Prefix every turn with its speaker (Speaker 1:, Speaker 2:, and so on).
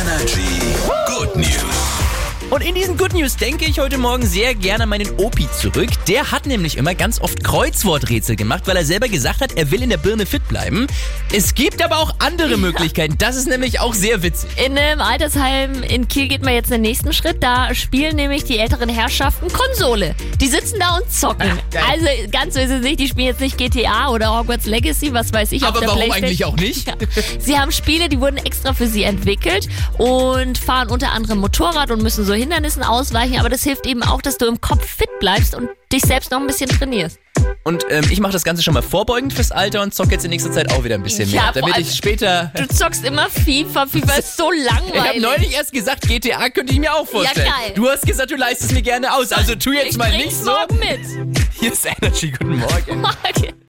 Speaker 1: Energy Good News.
Speaker 2: Und in diesen Good News denke ich heute Morgen sehr gerne an meinen Opi zurück. Der hat nämlich immer ganz oft Kreuzworträtsel gemacht, weil er selber gesagt hat, er will in der Birne fit bleiben. Es gibt aber auch andere Möglichkeiten. Das ist nämlich auch sehr witzig.
Speaker 3: In einem Altersheim in Kiel geht man jetzt den nächsten Schritt. Da spielen nämlich die älteren Herrschaften Konsole. Die sitzen da und zocken.
Speaker 2: geil.
Speaker 3: also ganz so ist es nicht. Die spielen jetzt nicht GTA oder Hogwarts Legacy, was weiß ich. auf
Speaker 2: Aber
Speaker 3: der
Speaker 2: warum
Speaker 3: Playstation.
Speaker 2: eigentlich auch nicht?
Speaker 3: Ja. Sie haben Spiele, die wurden extra für sie entwickelt und fahren unter anderem Motorrad und müssen so Hindernissen ausweichen. Aber das hilft eben auch, dass du im Kopf fit bleibst und dich selbst noch ein bisschen trainierst.
Speaker 2: Und ähm, ich mache das Ganze schon mal vorbeugend fürs Alter und zocke jetzt in nächster Zeit auch wieder ein bisschen mehr.
Speaker 3: Ja, vor
Speaker 2: damit
Speaker 3: allem-
Speaker 2: ich später...
Speaker 3: Du zockst immer FIFA. FIFA ist so
Speaker 2: Ich habe
Speaker 3: langweilig.
Speaker 2: neulich erst gesagt, GTA könnte ich mir auch vorstellen.
Speaker 3: geil.
Speaker 2: Du hast gesagt, du leistest mir gerne aus. Also tu jetzt
Speaker 3: ich
Speaker 2: mal
Speaker 3: bring's
Speaker 2: nicht so.
Speaker 3: morgen mit.
Speaker 2: Hier ist Energy. Guten Morgen.
Speaker 3: Morgen.